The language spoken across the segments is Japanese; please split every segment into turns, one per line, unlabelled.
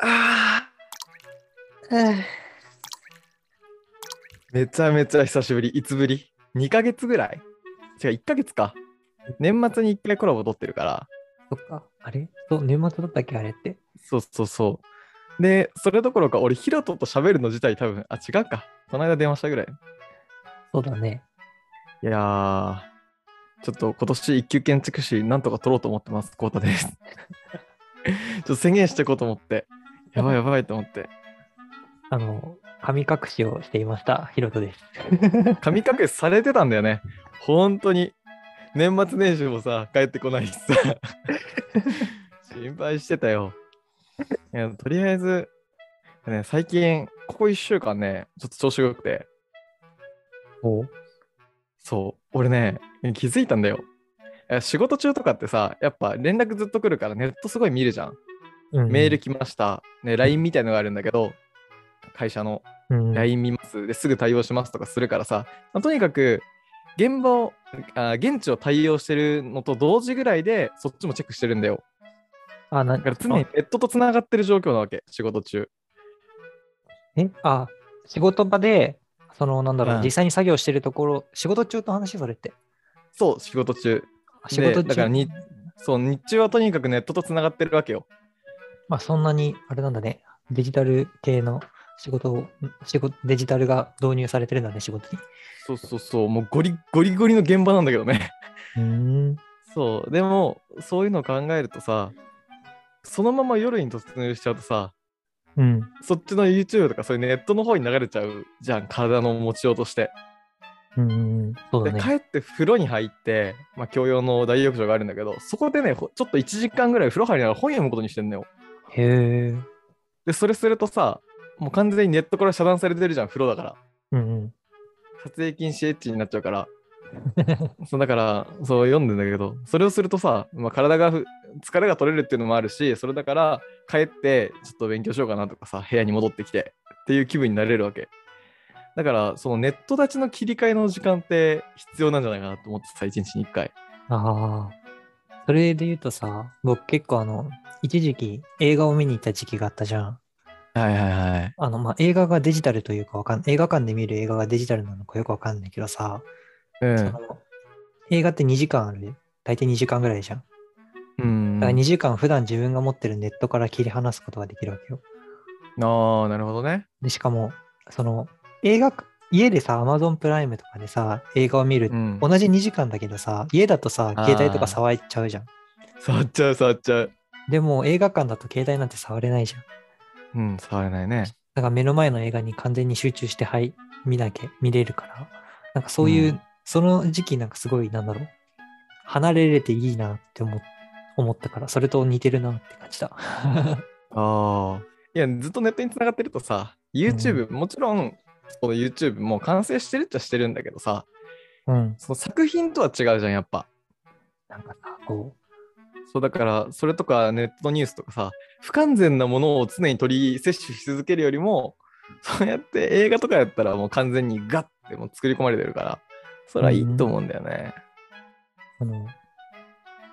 あめちゃめちゃ久しぶり。いつぶり ?2 ヶ月ぐらい違う、1ヶ月か。年末に1回コラボ撮ってるから。
そっか。あれそう、年末だったっけあれって。
そうそうそう。で、それどころか、俺、ヒロトと喋るの自体多分、あ、違うか。この間電話したぐらい。
そうだね。
いやー、ちょっと今年一級建築士、なんとか取ろうと思ってます、コータです。ち ょっと宣言していこうと思って。やばいやばいと思って。
あの、神隠しをしていました。ヒロトです。
神隠しされてたんだよね。本当に。年末年始もさ、帰ってこないしさ。心配してたよ。いやとりあえず、ね、最近、ここ1週間ね、ちょっと調子が良くて、
おう
そう、俺ね、気づいたんだよ。いや仕事中とかってさ、やっぱ連絡ずっと来るからネットすごい見るじゃん。
うん
メール来ました、ね、LINE みたいのがあるんだけど、会社の
うん、
LINE 見ますですぐ対応しますとかするからさ、まあとにかく現場をあ現地を対応してるのと同時ぐらいでそっちもチェックしてるんだよ
あ、な
だから常にネットとつながってる状況なわけ仕事中
えあ、仕事場で、その、なんだろう、
うん
実際に作業してるところ、仕事中と話それって。
そう仕事中
あ仕事中。
だからにそう日中はとにかくネットとつながってるわけよ
まあ、そんなに、あれなんだね、デジタル系の仕事を、ん仕事デジタルが導入されてるんだね、仕事に。
そうそうそうもうゴリゴリゴリの現場なんだけどね
うーん。
そうでもそういうのを考えるとさそのまま夜に突入しちゃうとさ
うん。
そっちの YouTube とかそういうネットの方に流れちゃうじゃん体の持ちようとして
うんうん。そうだ
で
ね。
帰って風呂に入って、まあ、共用の大浴場があるんだけど、そこでね、ほちょっと1時間ぐらい風呂入りながら本読むことにしてんのよ。
へえ。
で、それするとさ、もう完全にネットから遮断されてるじゃん、風呂だから。
うんうん。
撮影禁止エッチになっちゃう から。そうだから、そう読んでんだけど、それをするとさ、まあ、体がふ疲れが取れるっていうのもあるし、それだから、帰ってちょっと勉強しようかなとかさ、部屋に戻ってきてっていう気分になれるわけ。だから、そのネット立ちの切り替えの時間って必要なんじゃないかなと思ってさ、1日に1回。
ああ。それで言うとさ、僕結構あの、一時期映画を見に行った時期があったじゃん。
はいはいはい。
あの、まあ、映画がデジタルというかわかん、映画館で見る映画がデジタルなのかよくわかんないけどさ、
う
その映画って2時間ある。大体2時間ぐらいじゃん。
ん。
だから2時間普段自分が持ってるネットから切り離すことができるわけよ。
ああ、なるほどね。
で、しかも、その、映画、家でさ、Amazon プライムとかでさ、映画を見る、
うん。
同じ2時間だけどさ、家だとさ、
あー
携帯とか触っちゃうじゃん。
触っちゃう、触っちゃう。
でも映画館だと携帯なんて触れないじゃん。
うん、触れないね。
だから目の前の映画に完全に集中して、はい、見なきゃ、見れるから。なんかそういう、
うん
その時期なんかすごい、なんだろう。離れれていいなって思思ったから、それと似てるなって感じだ。
ああ。いや、ずっとネットにつながってるとさ、YouTube、もちろん、その YouTube もう完成してるっちゃしてるんだけどさ、
うん。
その作品とは違うじゃん、やっぱ。
なんかさ、こ
そうだから、それとかネットニュースとかさ、不完全なものを常に取り摂取し続けるよりも、そうやって映画とかやったらもう完全にガッてもう作り込まれてるから、それはいいと思うんだよね。
う、その、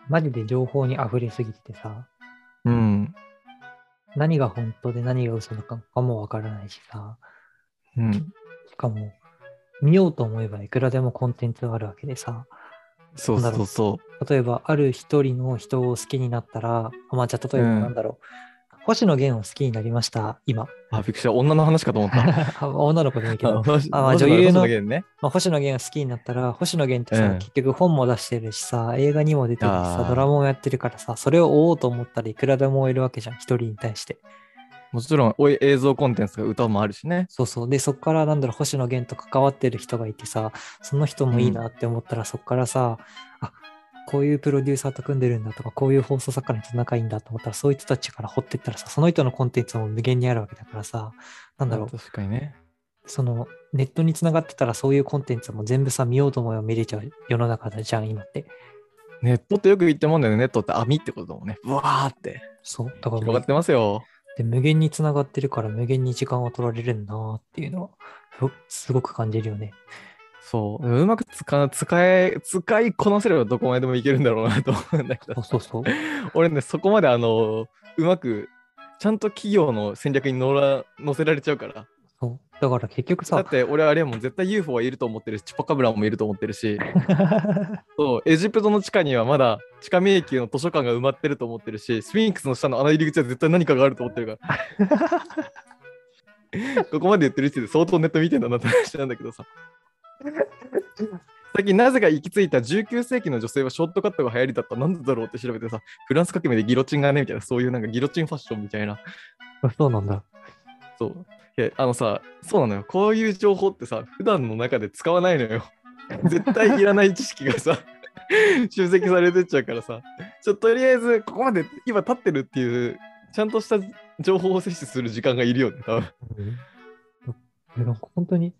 マジで情報に溢れすぎててさ、
うん。
何が本当で何が嘘なのかもわからないしさ、
うん。
しかも、見ようと思えばいくらでもコンテンツはあるわけでさ、
そうそうそう。
例えばある一人の人を好きになったら、あまあじゃあ例えば
うん
なんだろう、星野源を好きになりました、今。
あ、びっくりした。女の話かと思った。
あ女の子でもいいけど、まあ
あ
女優の
ね。
あ、星野源を好きになったら、星野源ってさ、
うん
結局本も出してるしさ、映画にも出てるし
あ
さ
ー、
ドラマもやってるからさ、それを追おうと思ったらいくらでも追えるわけじゃん、一人に対して。
もちろん、おい映像コンテンツが歌もあるしね。
そうそう。で、そっからなんだろう、星野源と関わってる人がいてさ、その人もいいなって思ったら、そっからさ、あこういうプロデューサーと組んでるんだとか、こういう放送作家の人と仲いいんだと思ったら、そういう人たちから掘ってったらさ、その人のコンテンツも無限にあるわけだからさ、なんだろう、
確かにね。
そのネットにつながってたら、そういうコンテンツも全部さ、見ようと思えば見れちゃう世の中じゃん、今って。
ネットってよく言ってもんだよね。ネットって網ってことだもんね。うわーって。
そう。だから
広
も
が
う
ってますよ。
で無限につながってるから、無限に時間を取られるんだなっていうのは、ふすごく感じるよね。
そう。うまく使使え、使いこなせればどこまで でもいけるんだろうなと思うんだけど
そう。そうそう。
俺ね、そこまであの、うまく、ちゃんと企業の戦略に乗ら乗せられちゃうから。
そうだから結局
だ
さ
っ、 て俺あれやもん絶対 UFO はいると思ってるしチュパカブラもいると思ってるしそうエジプトの地下にはまだ地下迷宮の図書館が埋まってると思ってるしスフィンクスの下のあの入り口は絶対何かがあると思ってるからここまで言ってる時点で相当ネット見てんだなって話なんだけどさ最近なぜか行き着いた19世紀の女性はショットカットが流行りだったなんでだろうって調べてさフランス革命でギロチンがねみたいなそういうなんかギロチンファッションみたいな
そうなんだ。
そう。いや、あのさ、そうなのよ。こういう情報ってさ、普段の中で使わないのよ。 絶対いらない知識がさ、 集積されてっちゃうからさ、ちょっととりあえず、ここまで今立ってるっていう、ちゃんとした情報を摂取する時間がいるよね、多分。
えなんか本当に、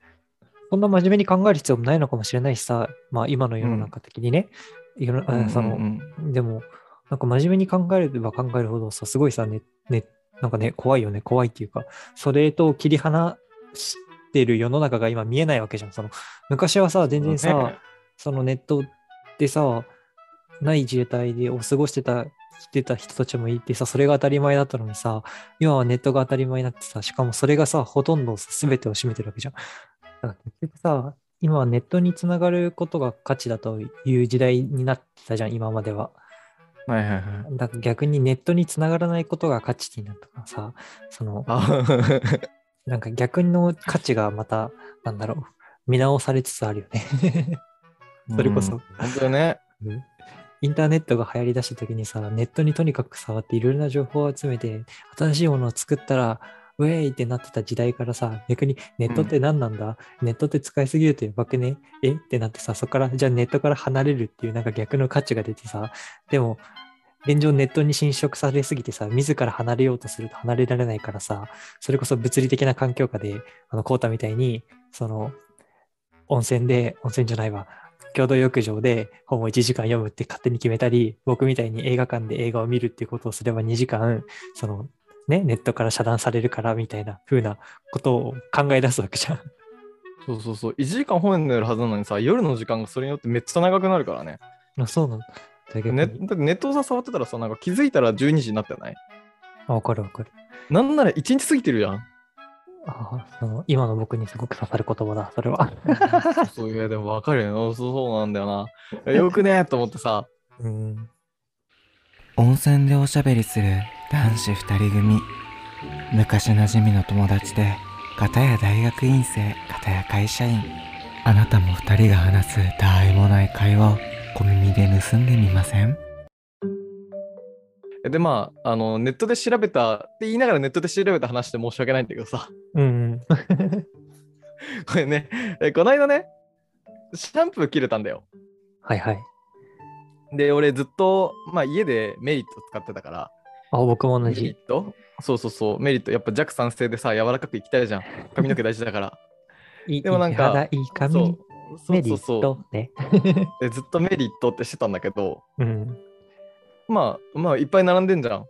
そんな真面目に考える必要もないのかもしれないしさ、まあ今の世の中的にね、世のあその
うんうん
でも、なんか真面目に考えれば考えるほどさ、すごいさ、ね、ね、なんかね、怖いよね、怖いっていうか、それと切り離してる世の中が今見えないわけじゃん。その昔はさ、全然さ、
そうね
そのネットでさ、ない自衛隊でを過ごしてた、してた人たちもいてさ、それが当たり前だったのにさ、今はネットが当たり前になってさ、しかもそれがさ、ほとんど全てを占めてるわけじゃん。だから結局さ、今はネットにつながることが価値だという時代になってたじゃん、今までは。
はいはいはい。
だから逆にネットにつながらないことが価値になるとかさ、その、
あ
なんか逆の価値がまた、なんだろう、見直されつつあるよね。 それこそ
うん本当だね。
うんインターネットが流行りだした時にさ、ネットにとにかく触っていろいろな情報を集めて、新しいものを作ったら、ウェイってなってた時代からさ、逆にネットって何なんだ、ネットって使いすぎるとやばくねえってなってさ、そこから、じゃあネットから離れるっていうなんか逆の価値が出てさ、でも、現状ネットに侵食されすぎてさ、自ら離れようとすると離れられないからさ、それこそ物理的な環境下で、あの、コータみたいに、その、温泉で、温泉じゃないわ、共同浴場で本を1時間読むって勝手に決めたり、僕みたいに映画館で映画を見るっていうことをすれば2時間、その、ね、ネットから遮断されるからみたいな風なことを考え出すわけじゃん。
そうそうそう。1時間本読んでるはずなのにさ、夜の時間がそれによってめっちゃ長くなるからね。
あそうなの。だけど、
ネだってネットをさ触ってたらさ、なんか気づいたら12時になってない
あわかるわかる。
なんなら1日過ぎてるじゃん。
ああその今の僕にすごく刺さる言葉だ、それは。
そういうでも分かるよねそうそうなんだよな。よくねと思ってさ。
うん。
温泉でおしゃべりする男子二人組昔馴染みの友達で片や大学院生片や会社員あなたも二人が話すたわいもない会話を小耳で盗んでみません
でまああのネットで調べたって言いながらネットで調べた話で申し訳ないんだけどさ。
うん。
これねえこの間ねシャンプー切れたんだよ。
はいはい。
で俺ずっと、まあ、家でメリット使ってたから。
あ、僕も同
メリッ
じ。
トそうそうそうメリットやっぱ弱酸性でさ柔らかくいきたいじゃん髪の毛大事だから
いい
でもなんか
いい肌、いい
そ
髪
う、そ
メ
う
リ
そう
ッ
そ
トね。
うでずっとメリットってしてたんだけど
うん。
まあまあいっぱい並んでんじゃん。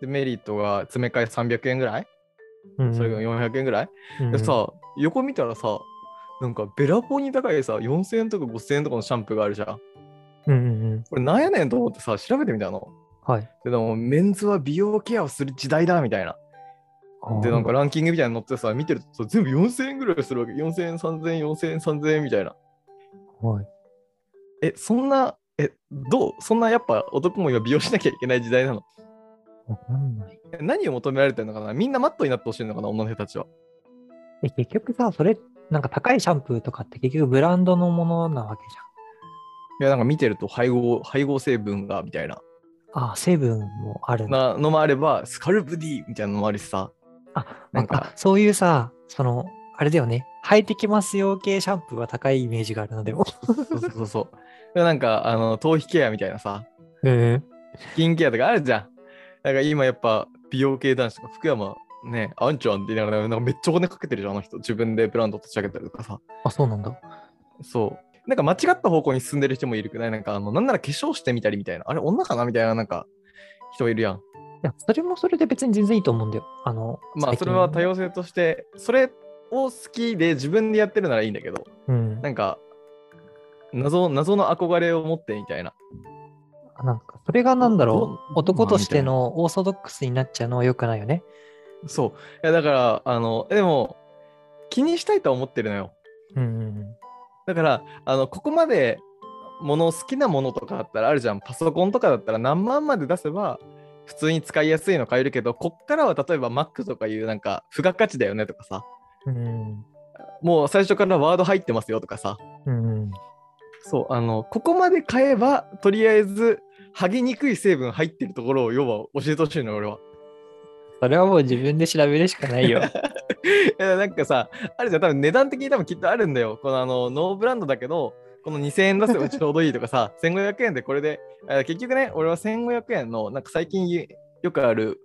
でメリットが詰め替え300円ぐらい
うん
それが400円ぐらい、
うん
でさ横見たらさなんかべらぼうに高いさ4000円とか5000円とかのシャンプーがあるじゃん。
うんうんうん。
これなんやねんと思ってさ調べてみたの。
はい。
ででもメンズは美容ケアをする時代だみたいな。でなんかランキングみたいに載ってさ見てるとさ全部4000円ぐらいするわけ4000円3000円4000円3000円みたいな。
はい、
えそんなえどうそんなやっぱ男も今美容しなきゃいけない時代なの
わかんない。
え何を求められてるのかなみんなマットになってほしいのかな女の人たちは。
え結局さ、それ、なんか高いシャンプーとかって結局ブランドのものなわけじ
いやなんか見てると配合配合成分がみたいな
ゃん。あ、成分もあるんだ。
なのもあればスカルプ D みたいなのもあるしさ
あ、
な
なんん
か
か、あそういうさ、その、あれだよね。生えてきますよ系シャンプーは高いイメージがあるのでも。
そうそうそうそうでなんかあの頭皮ケアみたいなさ
うん。
スキンケアとかあるじゃんなんか今やっぱ美容系男子とか福山ねあんちゃんって言いながらなんかめっちゃお金かけてるじゃんあの人自分でブランド立ち上げたりとかさ
あ、そうなんだ。
そうなんか間違った方向に進んでる人もいるくないなんかあのなんなら化粧してみたりみたいなあれ女かなみたいななんか人いるやん
いや、それもそれで別に全然いいと思うんだよ。あの、
まあ
最近
それは多。様性としてそれを好きで自分でやってるならいいんだけど
うん
な。んか謎謎の憧れを持ってみたいな。
なんか、それがなんだろう、
ど
男とし
ま
てのオーソドックスになっちゃうのは良くないよね。
そう。いや、だから、あの、でも、気にしたいとは思ってるのよ。
うんうん
だから、あの、ここまで、もの好きなものとかだったらあるじゃん。パソコンとかだったら何万まで出せば、普通に使いやすいの買えるけど、こっからは例えば Mac とかいうなんか、付加価値だよねとかさ、
うん。うん
もう最初からワード入ってますよとかさ、
うん。
そう、あの、ここまで買えば、とりあえず、剥げにくい成分入ってるところを、要は教えてほしいのよ、俺は。
それはもう自分で調べるしかないよ。
いやなんかさ、あれじゃん、多分値段的に多分きっとあるんだよ。このあの、ノーブランドだけど、この2000円出 せばちょうどいいとかさ、1500円でこれで、えー結局ね、俺は1500円の、なんか最近言うよくある、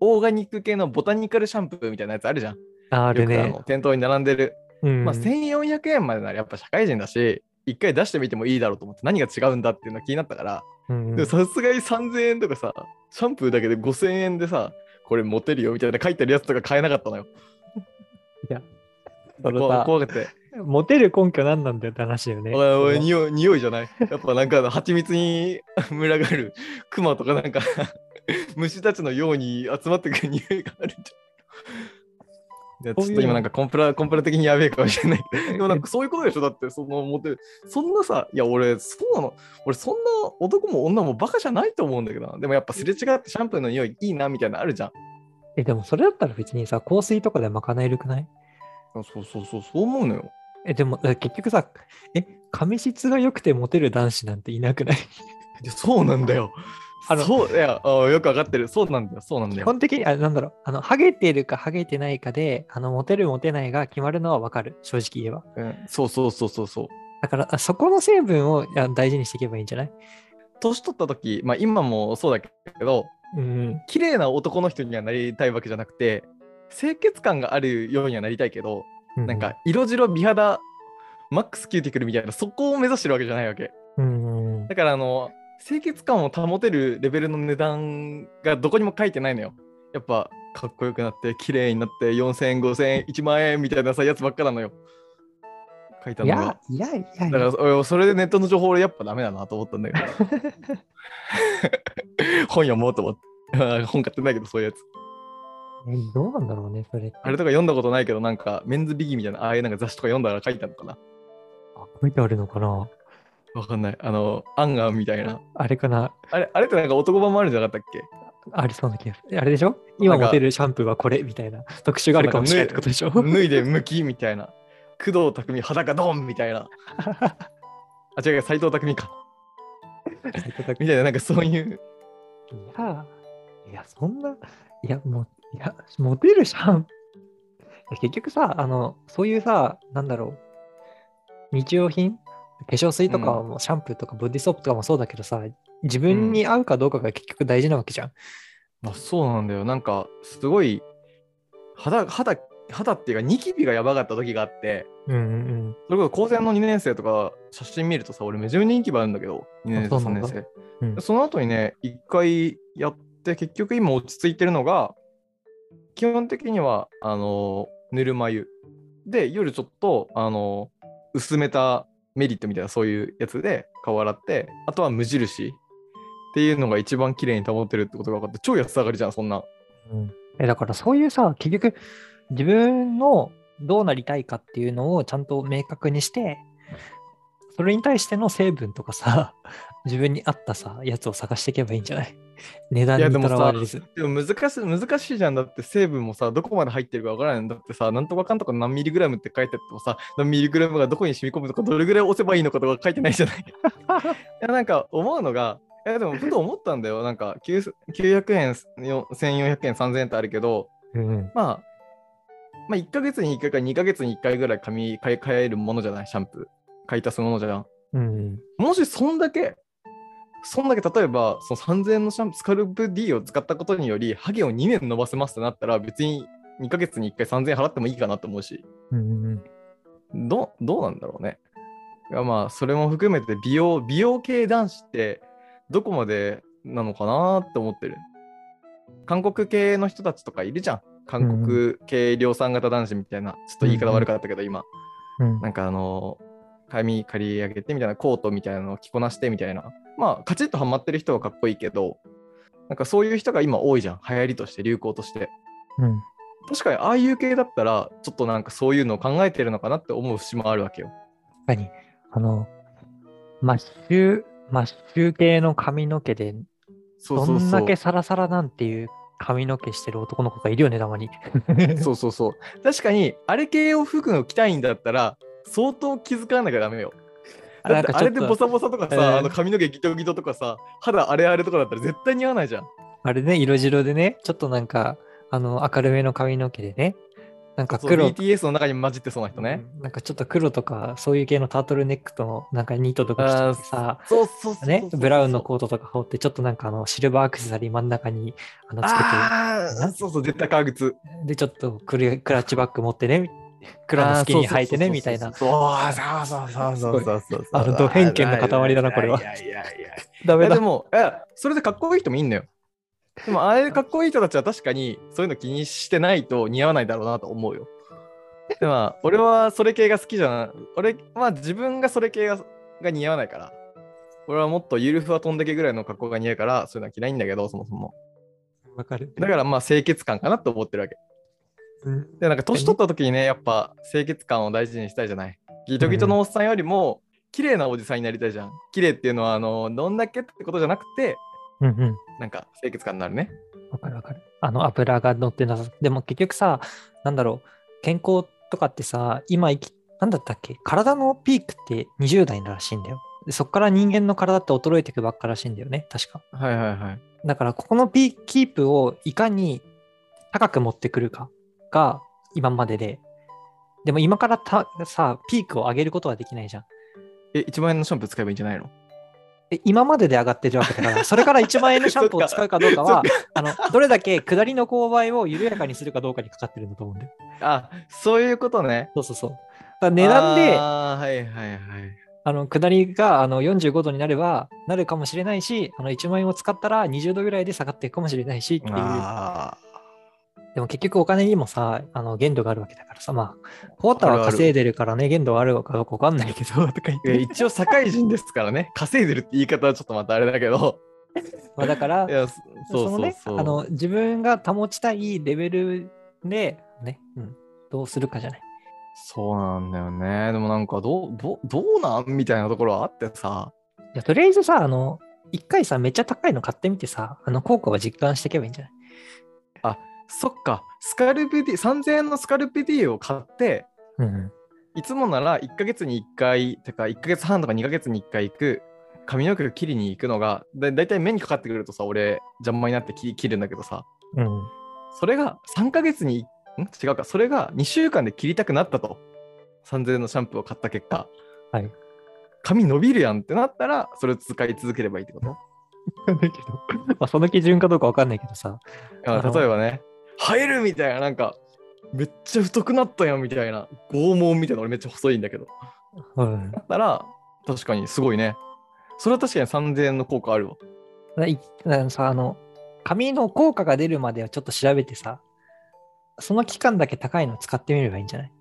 オーガニック系のボタニカルシャンプーみたいなやつあるじゃん。
あ
あ
る
あ
ね。
の店頭に並んでる。
うん
まあ、1400円までならやっぱ社会人だし、一回出してみてもいいだろうと思って何が違うんだっていうのは気になったから、
うん
でもさすがに3000円とかさ、シャンプーだけで5000円でさ、これモテるよみたいな書いてあるやつとか買えなかったのよ。
その
こわ
さ
怖くて。
モテる根拠何なんだよって話だよね。
おいおい
その
匂い匂いじゃないやっぱなんかあの蜂蜜に 群がるクマとかなんか 虫たちのように集まってくる匂いがあるんじゃんいやちょ
そうい
っ
うの
と今なんかコンプラコンプラ的にやべえかもしれない けどでもなんかそういうことでしょだってその思ってそんなさいや俺そうなの俺そんな男も女もバカじゃないと思うんだけどなでもやっぱすれ違ってシャンプーの匂いいいなみたいなのあるじゃん
え、でもそれだったら別にさ、香水とかで賄えるくない
そうそうそうそう思うのよ
え、でもだから結局さ、え、髪質が良くてモテる男子なんていなくない
いやそうなんだよ
あの
そういやあよくわかってるそうなんだよそうなんだ
基
よ
本的に、あなんだろう、あの、ハゲてるかハゲてないかで、あの、モテるモテないが決まるのはわかる、正直言えば。
うんそうそうそうそうそう
だから、あそこの成分をあ大事にしていけばいいんじゃない
年取った時、まあ、今もそうだけど
うん。
綺麗な男の人にはなりたいわけじゃなくて清潔感があるようにはなりたいけど、なんか、色白美肌マックスキューティクルみたいなそこを目指してるわけじゃないわけ
うん。
だからあの清潔感を保てるレベルの値段がどこにも書いてないのよやっぱかっこよくなって綺麗になって4000円5000円1万円みたいなさやつばっかなのよ書いた
い
のが
や、いや、いや、い
だか
や
ら俺それでネットの情報俺やっぱダメだなと思ったんだけど本読もうと思って本買って ないけどそういうやつ
えどうなんだろうね、それって。
あれとか読んだことないけどなんかメンズビギみたいなああいうなんか雑誌とか読んだら書いたのかな
あ書いてあるのかな
わかんないあのアンガーみたいな
あれかな
あれあれってなんか男版もあるんじゃなかったっけ
ありそうな気がする。あれでしょ今
なんか
モテるシャンプーはこれみたいな特集があるかもしれないってことでしょ
脱いで向きみたいな工藤匠裸ドンみたいなあ違う斎藤匠かみたいななんかそういう
いや、 いや、そんな、いや、もう、いや、モテるじゃん。いや結局さ、あの、そういうさ、なんだろう、日用品化粧水とかはもうシャンプーとかボディソープとかもそうだけどさ、自分に合うかどうかが結局大事なわけじゃん。
まあそうなんだよなんかすごい肌肌肌っていうかニキビがやばかった時があって
うんうん
それこそ高専の2年生とか写真見るとさ、俺めちゃめちゃ人気ばあるんだけど、2年生、
あそ
3
うなんだ
年生。
うん
でその後にね、1回やって、結局今落ち着いてるのが、基本的には、あの、ぬるま湯。で、夜ちょっと、あの、薄めたメリットみたいな、そういうやつで顔洗って、あとは無印っていうのが一番綺麗に保てるってことが分かって、超安上がりじゃん、そんな。
うん。え、だからそういうさ、結局、自分のどうなりたいかっていうのをちゃんと明確にして、それに対しての成分とかさ、 自分に合ったさ、やつを探していけばいいんじゃない 値段
いや
に
で
と
も
ら
さ
われず。
でも難しい難しいじゃんだって成分もさどこまで入ってるかわからないんだってさなんとかかんとか何ミリグラムって書いてあってもさ何ミリグラムがどこに染み込むとかどれぐらい押せばいいのかとか書いてないじゃ ないいやなんか思うのがいやでもふと思ったんだよなんか900 900円よ1400円3000円ってあるけど
うん。
まあまあ1ヶ月に1回か2ヶ月に1回ぐらい髪買い替えるものじゃないシャンプー買い足すものじゃん
うん。
もしそんだけ、そんだけ例えば、その3000円のシャンプー、スカルプ D を使ったことにより、ハゲを2年伸ばせますってなったら、別に2ヶ月に1回3000円払ってもいいかなと思うし、
うんうん。
どうどうなんだろうね。いやまあ、それも含めて美容、美容系男子ってどこまでなのかなって思ってる。韓国系の人たちとかいるじゃん。韓国系量産型男子みたいな、ちょっと言い方悪かったけど、今。
うん
なんかあの、髪刈り上げてみたいな、コートみたいなのを着こなしてみたいな。まあカチッとハマってる人はかっこいいけどなんかそういう人が今多いじゃん流行りとして流行として
うん。
確かにああいう系だったらちょっとなんかそういうのを考えてるのかなって思う節もあるわけよ
確かに、あの、マッシュ、マッシュ系の髪の毛で、
そう
ど
そうそ
ん
う
だけサラサラなんていう髪の毛してる男の子がいるよね、たまに。
そうそうそう確かにあれ系を服を着たいんだったら相当気づかなきゃダメよ
あ
だ
なん
って
か
あ
ち
れ
ょっ
でボ
と、
サボサとかさ、
うん
あの髪の毛ギトギトとかさ肌あれあれとかだったら絶対似合わないじゃん
あれね、色白でね、ちょっとなんか、あの、明るめの髪の毛でね、なんか
そう
黒、
BTS の中に混じってそうな人ね、
うんなんかちょっと黒とか、そういう系のタートルネックと、なんかニートとかしちゃってさ、
そうそうそうそう
ね、ブラウンの
子
コートとか羽織って、ちょっとなんかあのシルバーアクセサリー真ん中にあのつけ
あ
けて
あそうそう絶対革靴
て、で、ちょっとクリクラッチバッグ持ってね、み黒のスキニー履いてね、みたいな。
そうそうそうそうそうそうそうそうそう
あのド偏見の塊だなこれはい
やいやいやいや
ダ
い
メ
や
だ
で。もえそれでかっこいい人もいんのよでもあれかっこいい人たちは確かにそういうの気にしてないと似合わないだろうなと思うよでもまあ俺はそれ系が好きじゃない俺まあ自分がそれ系がが似合わないから俺はもっとゆるふわ飛んでけぐらいの格好が似合うからそういうのは着ないんだけどそもそも
わかる。
だからまあ清潔感かなと思ってるわけ
うん
でなんか年取った時にねやっぱ清潔感を大事にしたいじゃないギトギトのおっさんよりも綺麗なおじさんになりたいじゃん綺麗っていうのはあのどんだけってことじゃなくて
うんうん。
なんか清潔感になるね
わかるわかる。あの油が乗ってなさそうでも結局さ、なんだろう、健康とかってさ、今生き、なんだったっけ体のピークって20代らしいんだよ。でそっから人間の体って衰えていくばっからしいんだよね、確か。
はいはいはい
だからここのピキープをいかに高く持ってくるかが今までで。でも今からたさ、ピークを上げることはできないじゃん。
え1万円のシャンプー使えばいいんじゃないの
え今までで上がってるわけだ から、それから1万円のシャンプーを使うかどうかは、あのどれだけ下りの勾配を緩やかにするかどうかにかかってるんだと思うんだよ。
あそういうことね
そうそうそう。だから値段で、あ
あーはいはいはい
の下りがあの45度になればなるかもしれないし、あの1万円を使ったら20度ぐらいで下がっていくかもしれないしっていう。
あ
でも結局お金にもさ、あの限度があるわけだからさ、まあ、コータ
ある
は
ある
稼いでるからね、限度はあるのかどうかわかんないけど、とか言っ
ーいや
て。
一応社会人ですからね稼いでるって言い方はちょっとまたあれだけど
まあだから
い、やそそう
の
そう
ね
そう
あの、自分が保ちたいレベルで、ね、うん、どうするかじゃない。
そうなんだよねでもなんかどうどうどうなんみたいなところはあってさ
いや、とりあえずさ、あの、一回さ、めっちゃ高いの買ってみてさ、あの、効果は実感していけばいいんじゃない
そっか、スカルプ D、3000円のスカルプ D を買って、
うん。
いつもなら1ヶ月に1回、てか1ヶ月半とか2ヶ月に1回行く、髪の毛を切りに行くのが、だだいたい目にかかってくるとさ、俺、邪魔になって切切るんだけどさ、
うん。
それが3ヶ月に、ん違うか、それが2週間で切りたくなったと。3000円のシャンプーを買った結果。
はい。
髪伸びるやんってなったら、それを使い続ければいいってこと
だけど、 まあ、その基準かどうかわかんないけどさ、
あ
あの
例えばね、生えるみたいな、なんか、めっちゃ太くなったやんみたいな、拷問みたいな、俺めっちゃ細いんだけど。
うん。
だったら、確かにすごいね。それは確かに3000円の効果あるわ。
いあのさあの紙の効果が出るまではちょっと調べてさその期間だけ高いの使ってみればいいんじゃない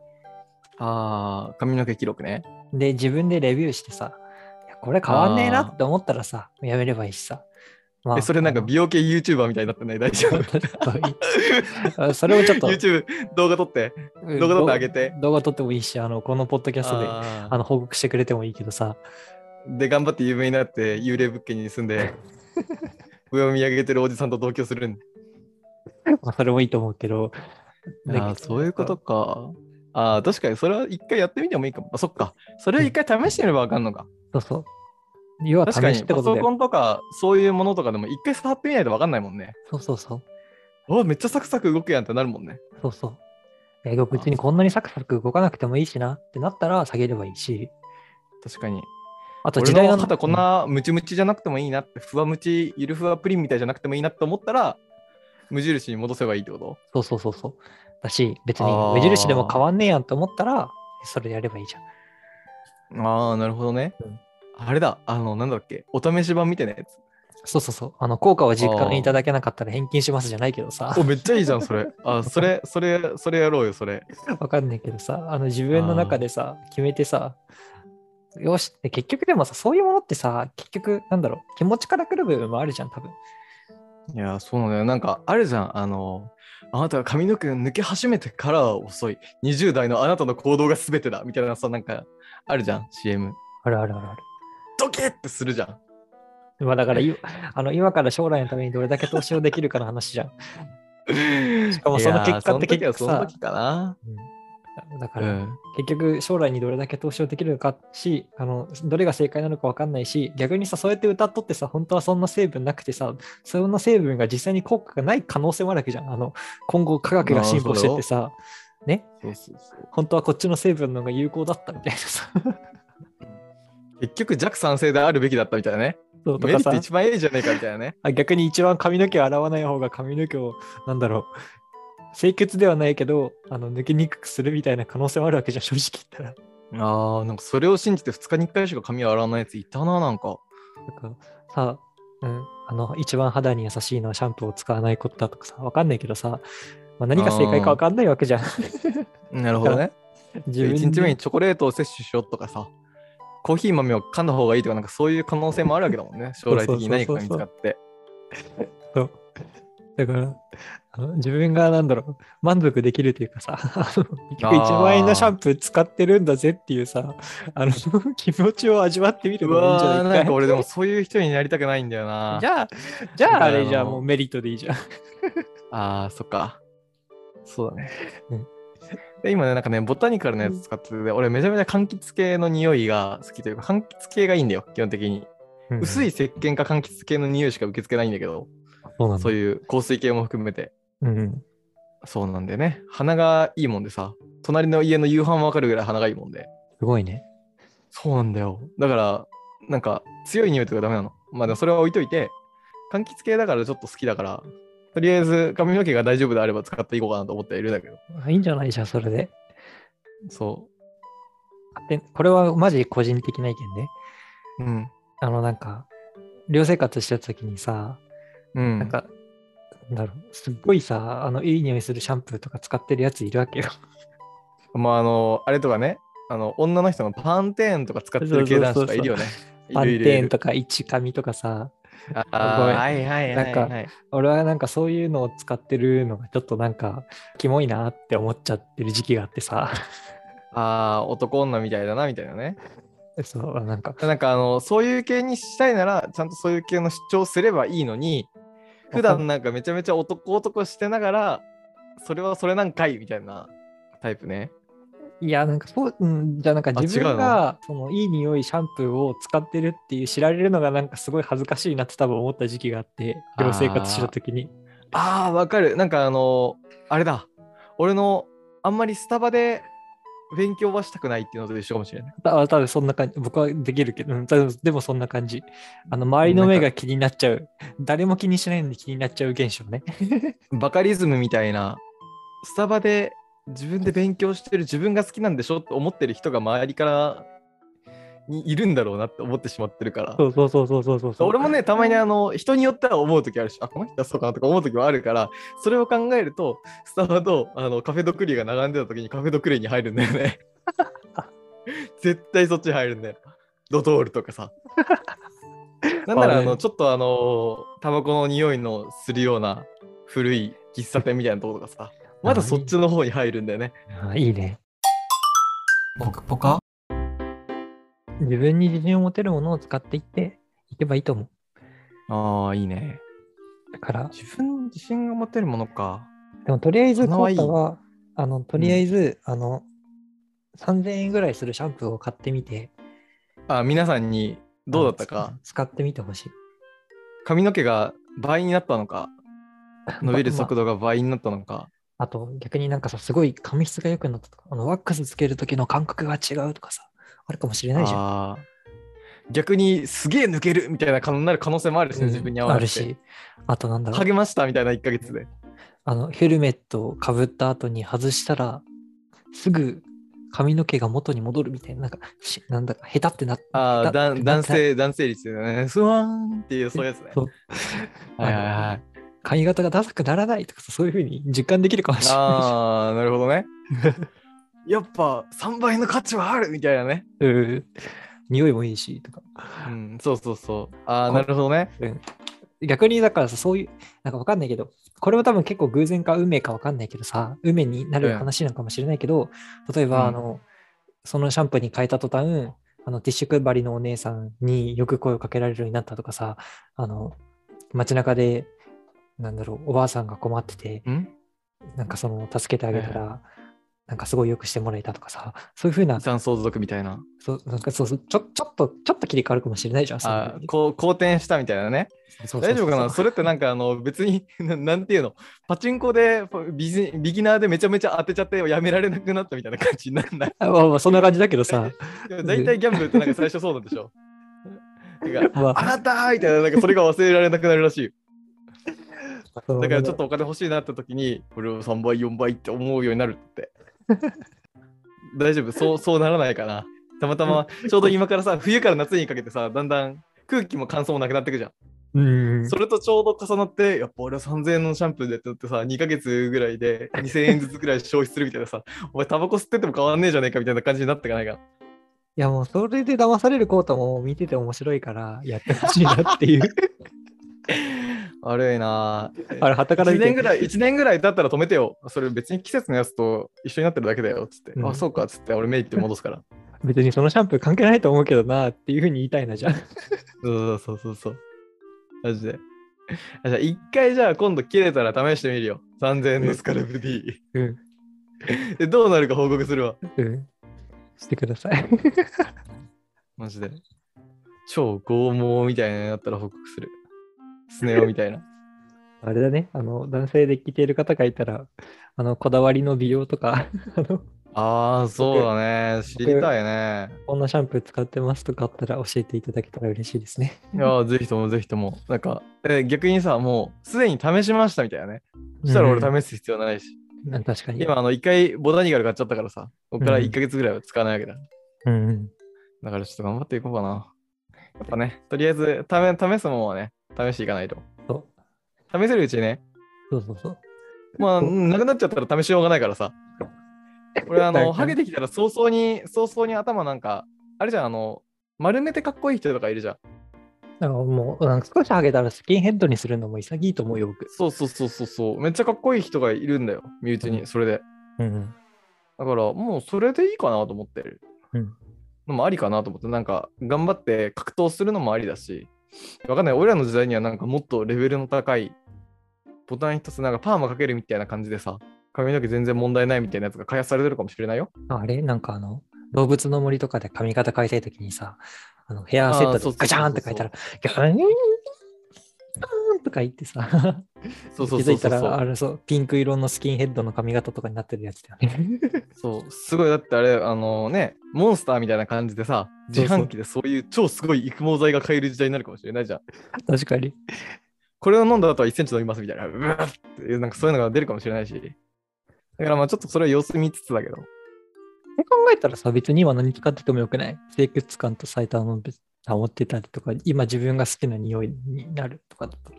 ああ、髪の毛記録ね。
で自分でレビューしてさいやこれ変わんねえなって思ったらさやめればいいしさ、ま
えそれなんか美容系 YouTuber みたいになってない大丈 夫
あそれをちょっと
YouTube 動画撮って。動画撮ってあげて
動動画撮ってもいいしあのこのポッドキャストであ
あ
の報告してくれてもいいけどさ
ーで、頑張って有名になって幽霊物件に住ん で、上を見上げてるおじさんと同居するん
まあそれもいいと思うけど
あーそういうことか。ああ、確かにそれは一回やってみてもいいかも。あ、そっか。それを一回試してみればわかんのか。
そうそう要は試
確か
し
に、
って
パ
こ
ソ
とで
コンとかそういうものとかでも一回触ってみないとわかんないもんね。
そうそうそう
おめっちゃサクサク動くやんってなるもんね。
そうそう。えー別にこんなにサクサク動かなくてもいいしなってなったら下げればいいし、
確かに。
あと
俺
時代
の
の
肌こんなムチムチじゃなくてもいいなって、ふわムチ、ゆるふわプリンみたいじゃなくてもいいなって思ったら、無印に戻せばいいってこと
そうそうそうそう。だし、別に
あー
無印でも変わんねえやんと思ったら、それやればいいじゃん。
ああ、なるほどね。
うん
あれだ、あの、なんだっけ、お試し版みたいなやつ。
そうそうそう。あの、効果を実感いただけなかったら返金しますじゃないけどさ、
お、めっちゃいいじゃん、それ。あ、それ、それ、それやろうよ、それ。
わかんないけどさ、あの自分の中でさ、決めてさ、よしで結局でもさそういうものってさ結局なんだろう気持ちからくる部分もあるじゃん多分
いやー、そうなんだよ。なんか、あるじゃん。あの、あなたが髪の毛が抜け始めてからは遅い。20代のあなたの行動が全てだ。みたいなさ、なんか、あるじゃん、CM。
あるあるあるある
ドキッてするじゃん。
まあだ からいあの今から将来のためにどれだけ投資をできるかの話じゃん、
し
かもその結果って結局さ
その時はその時かな。
うんだか
う
ら、
ん。
結局将来にどれだけ投資をできるのかしあのどれが正解なのか分かんないし逆にさそうやって歌っとってさ本当はそんな成分なくてさそんな成分が実際に効果がない可能性もあるわけじゃんあの今後科学が進歩してってさね
そうそうそう
本当はこっちの成分の方が有効だったみたいな さ
結局、弱酸性であるべきだったみたいなね。
そうと
メリ
か
ッ
さ
ト一番いいじゃねえかみたいな ね。
あ逆に一番髪の毛を洗わない方が髪の毛をなんだろう清潔ではないけどあの抜けにくくするみたいな可能性もあるわけじゃん正直言ったら。
ああ、なんかそれを信じて2日に1回しか髪を洗わないやついたな、なんか。
なんかさ、うん、あの一番肌に優しいのはシャンプーを使わないことだとかさ、わかんないけどさ、まあ、何が正解かわかんないわけじゃん。
なるほどね。
自分で
1日目にチョコレートを摂取しようとかさ、コーヒー豆を噛んだ方がいいとか、なんかそういう可能性もあるわけだもんね。将来的に何かが見つかって。
そうだからあの、自分がなんだろう、満足できるというかさ、 あの結局1万円のシャンプー使ってるんだぜっていうさ、あの 気持ちを味わってみる
う
のがいいんじゃ
わー
ない
なんか俺でも
一
そういう人になりたくないんだよな
回。じゃあ、じゃああれじゃ
あ
あ
の
もうメリットでいいじゃん。
ああ、そっか。そうだね
うん。
で今ね、なんかね、ボタニカルのやつ使ってて、俺めちゃめちゃ柑橘系の匂いが好きというか、柑橘系がいいんだよ、基本的に。薄い石鹸か柑橘系の匂いしか受け付けないんだけど、
そうなん
そういう香水系も含めて。
うんうん
そうなんでね、鼻がいいもんでさ、隣の家の夕飯もわかるぐらい鼻がいいもんで。
すごいね。
そうなんだよ。だから、なんか強い匂いとかダメなの。まあ、でもそれは置いといて、柑橘系だからちょっと好きだから、とりあえず髪の毛が大丈夫であれば使っていこうかなと思ってはいるんだけど。
あいいんじゃないじゃん、それで。
そ
でこれはマジ個人的な意見で、
う。うん。
あのなんか寮生活してた時にさ、
うん。
なんかなんだろうすっごいさあのいい匂いするシャンプーとか使ってるやついるわけよ。
まあ、あの、あれとかね、あの、女の人のパンテーンとか使ってる系男子とかいるよね。
パン
いるいるい
テー
る
ンとか一髪とかさ
あ
ごめ
あ
ん
はいはいはい、
なん
はい。
俺はなんかそういうのを使ってるのがちょっとなんかキモいなって思っちゃってる時期があってさ
あ あー、男女みたいだな、みたいなね。
そうなんか
なんかあのそういう系にしたいならちゃんとそういう系の主張すればいいのに普段なんかめちゃめちゃ男男してながらそれはそれなんかいみたいなタイプね
いやなんかそう、うん、じゃあなんか
あ
自分がそのいい匂いシャンプーを使ってるっていう知られるのがなんかすごい恥ずかしいなって多分思った時期があって寮生活してた時に。
ああわかるなんかあのあれだ俺のあんまりスタバで勉強はしたくないっていうのと一緒かもしれない
た多分そんな感じ。僕はできるけど、うん、多分でもそんな感じ。あの、周りの目が気になっちゃう。誰も気にしないのに気になっちゃう現象ね。
バカリズムみたいなスタバで自分で勉強してる自分が好きなんでしょって思ってる人が周りからにいるんだろうなって思ってしまってるから
そうそうそうそうそうそう
俺もね、たまにあの人によっては思うときあるし、あ、この人はそうかなとか思うときもあるから、それを考えると、スタバとあのカフェドクリーが並んでたときにカフェドクリーに入るんだよね。 絶対そっちに入るんだよ。ドトールとか さ。なんなら、あ
あ
の、
ね
ちょっとあの、タバコの匂いのするような古い喫茶店みたいなとことかさ、まだそっちの方に入るんだよね。
あいいね。
ポカポカ
自分に自信を持てるものを使っていって、いけばいいと思う。
ああ、いいね。
だから、
自分に自信が持てるものか。
でもとりあえず、
か
コ
わい
ー
い
タは、あの、とりあえず、あの、3000円ぐらいするシャンプーを買ってみて、
あ、皆さんにどうだったか
あの。つ使ってみてほしい。
髪の毛が倍になったの か、伸びる速度が倍になったのか。
あと逆になんかさ、すごい髪質が良くなったとか、あのワックスつける時の感覚が違うとかさ、あるかもしれないじゃん。
あー逆にすげえ抜けるみたいな感じになる可能性もあるしね、自分に合わ
あ
なく
る
て
し、あとなんだろう、
励ましたみたいな1ヶ月で。
あのヘルメットをかぶった後に外したら、すぐ髪の毛が元に戻るみたいな、なんか、しなんだか、下手ってなっ
ああ、
下手
だん男性、男性率でね、スワーンっていうそういうやつね。
そう
はいはいはい。
髪型がダサくならないとかさ、そういうふうに実感できるかもしれないし
ああ、なるほどね。やっぱ3倍の価値はあるみたいなね。
うん。匂いもいいしとか
うん、そうそうそう。ああ、
こ
なるほどね。
逆にだからさそういうなんかわかんないけどこれは多分結構偶然か運命かわかんないけどさ運命になる話なのかもしれないけど、例えば、
うん
あのそのシャンプーに変えた途端あのティッシュ配りのお姉さんによく声をかけられるようになったとかさあの街中でなんだろうおばあさんが困ってて
うん
なんかその助けてあげたら、なんかすごいよくしてもらえたとかさそういうふうな
遺産相続みたいな。
そうなんかそうそうちょちょっとちょっと切り替わるかもしれないじゃんその
あ
時
ーこう、好転したみたいなね。
そうそうそう
大丈夫かなそれってなんかあの別に ななんていうのパチンコでビジビギナーでめちゃめちゃ当てちゃってやめられなくなったみたいな感じにな らない
あまあまあそんな感じだけ どさ、
大体ギャンブルってなんか最初そうなんでし ょなんか
ま
あなたーみたいななんかそれが忘れられなくなるらし いよ
あ、その
だからちょっとお金欲しいなって時にこれを3倍4倍って思うようになるって 大丈夫そうそうならないかなたまたま ちょうど今からさ冬から夏にかけてさだんだん空気も乾燥もなくなってくじゃん
うん
それとちょうど重なって、やっぱ俺は3000円のシャンプーでってなってさ、2ヶ月ぐらいで2000円ずつぐらい消費するみたいなさ、お前タバコ吸ってても変わんねえじゃねえかみたいな感じになってかないか。
いやもうそれで騙されるコートも見てて面白いからやってほしいなっていう。
悪いなぁ。
あれ、はたから
1
見
年ぐ
て。
らい、一年ぐらい経ったら止めてよ。それ別に季節のやつと一緒になってるだけだよ。つって、
うん
あ、そうか。つって、俺メイって戻すから。
別にそのシャンプー関係ないと思うけどなっていうふうに言いたいな、じゃあ。
そうそうそうそう。マジで。あじゃあ、一回じゃあ今度切れたら試してみるよ。3000円のスカルプ D。
うん。
で、どうなるか報告するわ。
うん。してください。
マジで。超剛毛みたいなのになったら報告する。スネ夫みたいな。
あれだね。あの、男性で聞いている方がいたら、あの、こだわりの美容とか、 あの、
ああ、そうだね。知りたいね。
こんなシャンプー使ってますとかあったら教えていただけたら嬉しいですね。
いやー、ぜひともぜひとも。なんか、えー逆にさ、もうすでに試しましたみたいなね。そしたら
うん
俺試す必要ないし。
うん確かに。
今、あの、一回ボタニカル買っちゃったからさ、ここから
うん
1ヶ月ぐらいは使わないわけだ。
うんうん。
だからちょっと頑張っていこうかな。やっぱね、とりあえずため試すもんはね、試していかないと。
そう
試せるうちにね、
そうそうそう。
まあ、うんなくなっちゃったら試しようがないからさ。俺、あ
なん
の、
か
ハゲてきたら早々に、早々に頭なんか、あれじゃん、あの、丸めてかっこいい人とかいるじゃん。
なんかもう、なんか少しハゲたらスキンヘッドにするのも潔いと思うよ、僕。
そうそうそうそうそう。めっちゃかっこいい人がいるんだよ、身内に、それで。
うんうん。
だから、もうそれでいいかなと思ってる。
うん
のもありかなと思って、なんか、頑張って格闘するのもありだし、わかんない、俺らの時代にはなんかもっとレベルの高い、ボタン一つなんかパーマかけるみたいな感じでさ、髪の毛全然問題ないみたいなやつが開発されてるかもしれないよ。
あれなんかあの、動物の森とかで髪型変えたいときにさ、あのヘアセッ
あーそうそう
ト
そう
でガチャーンって変えたら、ガーンガーンとか言ってさ、
そうそう
気
そう
づい
そ
た
うそう
ら、あれそう、ピンク色のスキンヘッドの髪型とかになってるやつだよ ね。
そう、すごい、だってあれ、あのね、モンスターみたいな感じでさ、
そ
自
うそう
販機でそういう超すごい育毛剤が買える時代になるかもしれないじゃん。
確かに。
これを飲んだ後は1センチ伸びますみたいな、うわっっていう、なんかそういうのが出るかもしれないし。だからまあちょっとそれは様子見つつだけど。
え考えたらさ、別に今何使っててもよくない清潔感と最短の保ってたりとか、今自分が好きな匂いになるとかだったら、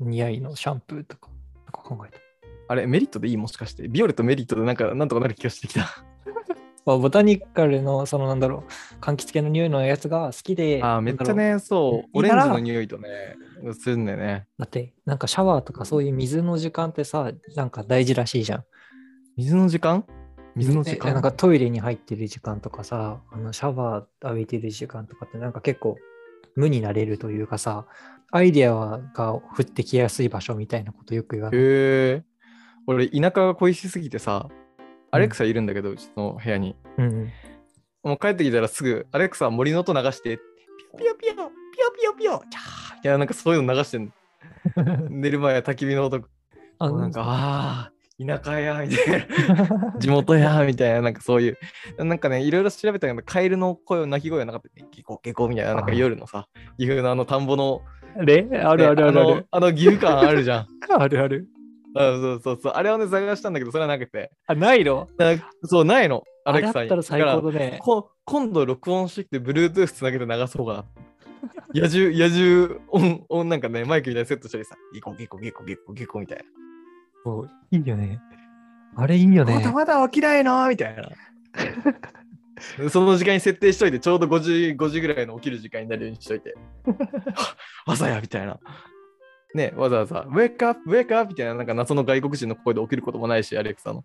似合いのシャンプーとか、なんか考えた。
あれ、メリットでいいもしかして。ビオレとメリットでなんか、なんとかなる気がしてきた。
まあボタニカルの、そのなんだろう、柑橘系の匂いのやつが好きで、
あーめっちゃ
なんだろう
ね、そう、
い
オ
い
レ
な
ン
ら
ジの匂いとね、するんだよね。
だって、なんかシャワーとかそういう水の時間ってさ、なんか大事らしいじゃん。
水の時間水の時
え
間
なんかトイレに入ってる時間とかさ、あのシャワー浴びてる時間とかってなんか結構無になれるというかさ、アイデアが降ってきやすい場所みたいなことよく言わ
へ
れ
え。
る。
俺、田舎が恋しすぎてさ、アレクサいるんだけど、うちの部屋に。
うん。
もう帰ってきたらすぐ、アレクサ森の音流して、ピヨピヨピヨピヨピヨピヨキャーいや、なんかそういうの流してんの。 寝る前は焚き火の音、
あの
なんか、ああ、田舎や、みたいな、地元や、みたいな、なんかそういう、なんかね、いろいろ調べたけど、カエルの声、鳴き声はなかったね。ゲコゲコみたいな、なんか
あー
夜のさ、岐阜のあの田んぼの、
ねあるあるある
ね
ある。
あのあの岐阜感あるじゃん。
あるある。
あそうそうそう、あれをね、探したんだけど、それはなくて。
あ、ないの
だからそう、ないの、ア
あ
レ
れ
ク
だっ
サ
た
に。
ら最
だから
高だね。
こ今度録音してきて、Bluetooth つなげて流そうかな。野獣、野獣音、音なんかね、マイクみたいにセットしたりさ、ギコギコギコギコギコみたいな。
もういいよね。あれいいよね。
まだまだ起きないなーみたいな。その時間に設定しといて、ちょうど5時、5時ぐらいの起きる時間になるようにしといて。は朝やみたいな。ね、わざわざ、wake up, wake up みたいな、なんか謎の外国人の声で起きることもないし、アレクサの。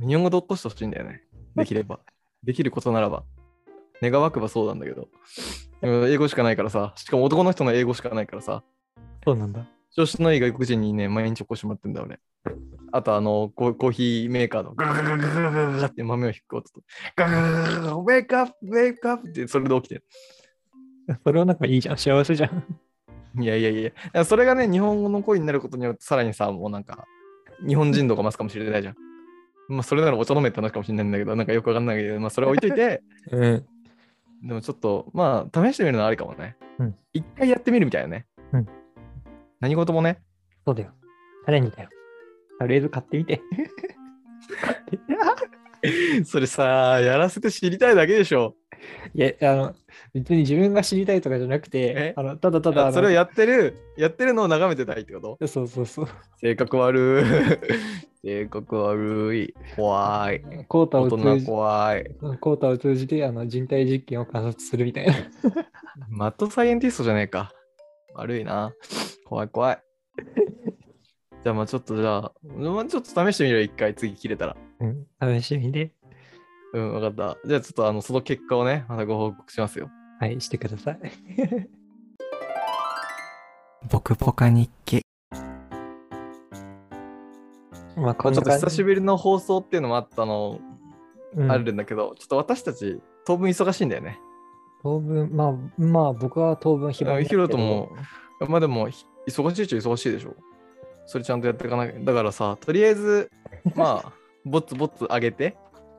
日本語で落としてほしいんだよね。できれば。できることならば。願わくばそうなんだけど。うん英語しかないからさ、しかも男の人の英語しかないからさ、
そうなんだ。
調子のいい外国人にね、毎日起こしてもらってんだ、俺。あと、あの、ココーヒーメーカーのガガガガガガガガって豆を引く音と、ガガガガガガ、ウェイクアップ、ウェイクアップって、それで起きてる。
それはなんかいいじゃん。幸せじゃん。
いやいやいや、だからそれがね、日本語の声になることによって、さらにさ、もうなんか、日本人度が増すかもしれないじゃん。まあ、それならお茶飲めって話かもしれないんだけど、なんかよくわかんないけど、まあ、それは置いといて、
うん。
でもちょっと、まあ、試してみるのはありかもね
うん。
一、回やってみるみたいなね。
うん
何事もね。
そうだよ。チャレンジだよ。とりあえず買ってみて。
それさ、やらせて知りたいだけでしょ。
いや、あの、別に自分が知りたいとかじゃなくて
え、
あのただた
た
だあ
だ、
の、
それをやってる、やってるのを眺めてたいってこと
そうそうそう。
性格悪い。 性格悪い。怖い。
コータ
大
を通
人
じ、
怖い。
コータを通じてあの人体実験を観察するみたいな。
マッドサイエンティストじゃねえか。悪いな。怖い怖い。 じゃあまあちょっとじゃあ、まあ、ちょっと試してみるよ、一回次切れたら。
うん、試しみで、
うん、わかった。じゃあちょっとあのその結果をね、またご報告しますよ。
はい、してください。
ボクポカ日記
まあ、こん
ちょ
な
っと
感じ。
久しぶりの放送っていうのもあったの、
うん
あるんだけど、ちょっと私たち当分忙しいんだよね。
当分、まあ、まあ、僕は当分、ひ
あヒロト。も、まあでも、ひ忙しいっちゃ忙しいでしょ。それちゃんとやっていかなきゃ。だからさ、とりあえ ず、まあ、ぼつぼつ上げて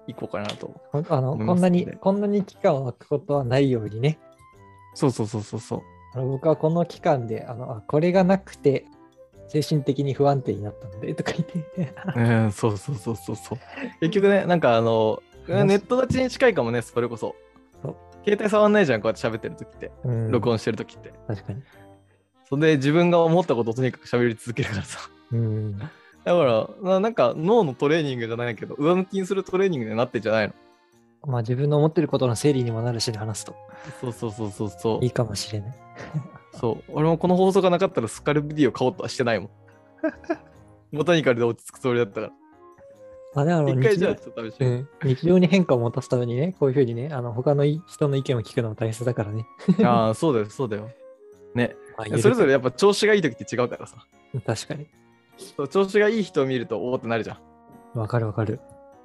いこうかなと。
ほんあの、
思い
こ
ます
んなに、
ので
こんなに期間を空くことはないようにね。
そうそうそうそうそう。
あの僕はこの期間で、あの、あこれがなくて、精神的に不安定になったので、と か言って。
うん、そうそうそうそうそう。結局ね、なんかあの、うんネット立ちに近いかもね、それこそ
そう。
携帯触んないじゃん、こうやって喋ってる時って、
うん
録音してる時って。
確かに。
それで自分が思ったことをとにかく喋り続けるからさ。
うん。
だからな、なんか脳のトレーニングじゃないけど、上向きにするトレーニングになってんじゃないの
まあ、自分の思ってることの整理にもなるし、話すと
そうそうそうそうそ
いいかもしれない。
う。そう俺もこの放送がなかったらスカルプ D を買おうとはして ないもん。ボタニカルで落ち着くつもりだったか
まあ、でもあ
ら。
の
一回
日
じゃあ
常
ちょっと試して
う
みる
ん、日常に変化を持たすためにね、こういうふうにね、あの他のい人の意見を聞くのも大切だからね。
ああ、そうだよ、そうだよ。ね、
まあ
それぞれやっぱ調子がいい時って違うからさ。
確かに。
そう調子がいい人を見るとおおってなるじゃん。
わかるわかる。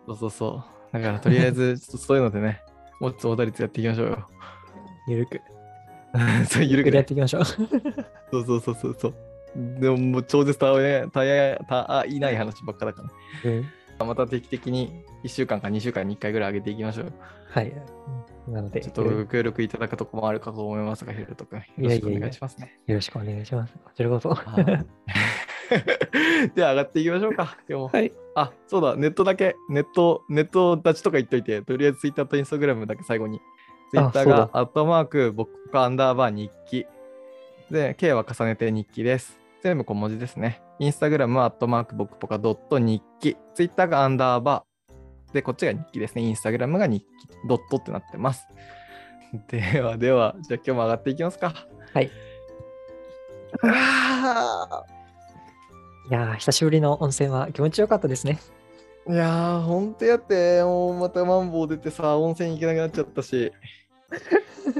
そうそうそう。だからとりあえ ず、ちょっとそういうのでね、もっとお打率やっていきましょうよ。
ゆるく。
そう、ゆる
ゆるく
く
でやっ
ね。
ていきましょう。
そうそうそうそうそう。でももう超絶たわいたやたあいない話ばっかだから。
うん
また定期的に1週間か2週間に1回ぐらい上げていきましょうよ。
はい。なので、
ちょっと
よ
ご協力いただくとこもあるかと思いますが、ヒルト君、よろしくお願いしますね。
ろしくお願いします。こちらこそ。
はい では上がっていきましょうか、今日も。
はい。
あ、そうだ、ネットだけ、ネット、ネット立ちとか言っといて、とりあえずツイッターとインスタグラムだけ最後に。ツイッター
そう
が、アットマーク、僕かアンダーバー日記。で、K は重ねて日記です。全部小文字ですね。インスタグラムはアットマーク僕ポカドット日記。ツイッターがアンダーバー。で、こっちが日記ですね。インスタグラムが日記、ドットってなってます。ではでは、じゃあ今日も上がっていきますか。
はい。
あ
いやー、久しぶりの温泉は気持ちよかったですね。
ーいやー、ほんとやって、もうまたマンボウ出てさ、温泉行けなくなっちゃった し、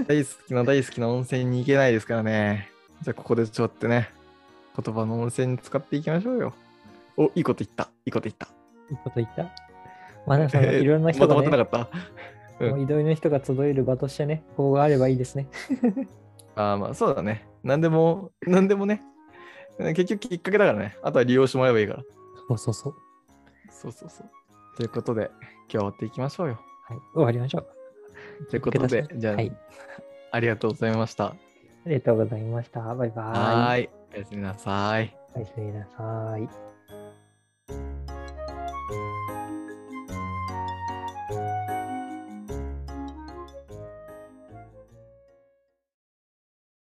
大好きな大好きな温泉に行けないですからね。じゃあここでちょっとね、言葉の温泉に使っていきましょうよ。お、いいこと言った、いいこと言った。
いいこと言った。まあ、なんかそのいろんな人
まと
が、
まってな
ね、
かった。うん
もう移動の人が集える場としてね、ここがあればいいですね。
ああまあそうだね。何でも、何でもね。結局きっかけだからね。あとは利用してもらえばいいから。
そうそうそう。
そうそうそう。ということで、今日は終わっていきましょうよ。
はい、終わりましょう。
ということで
受け出し、ま
じゃあ、
はい。
ありがとうございました。
ありがとうございました。バイバイ。
はーい。おやすみなさい。
おやすみなさい。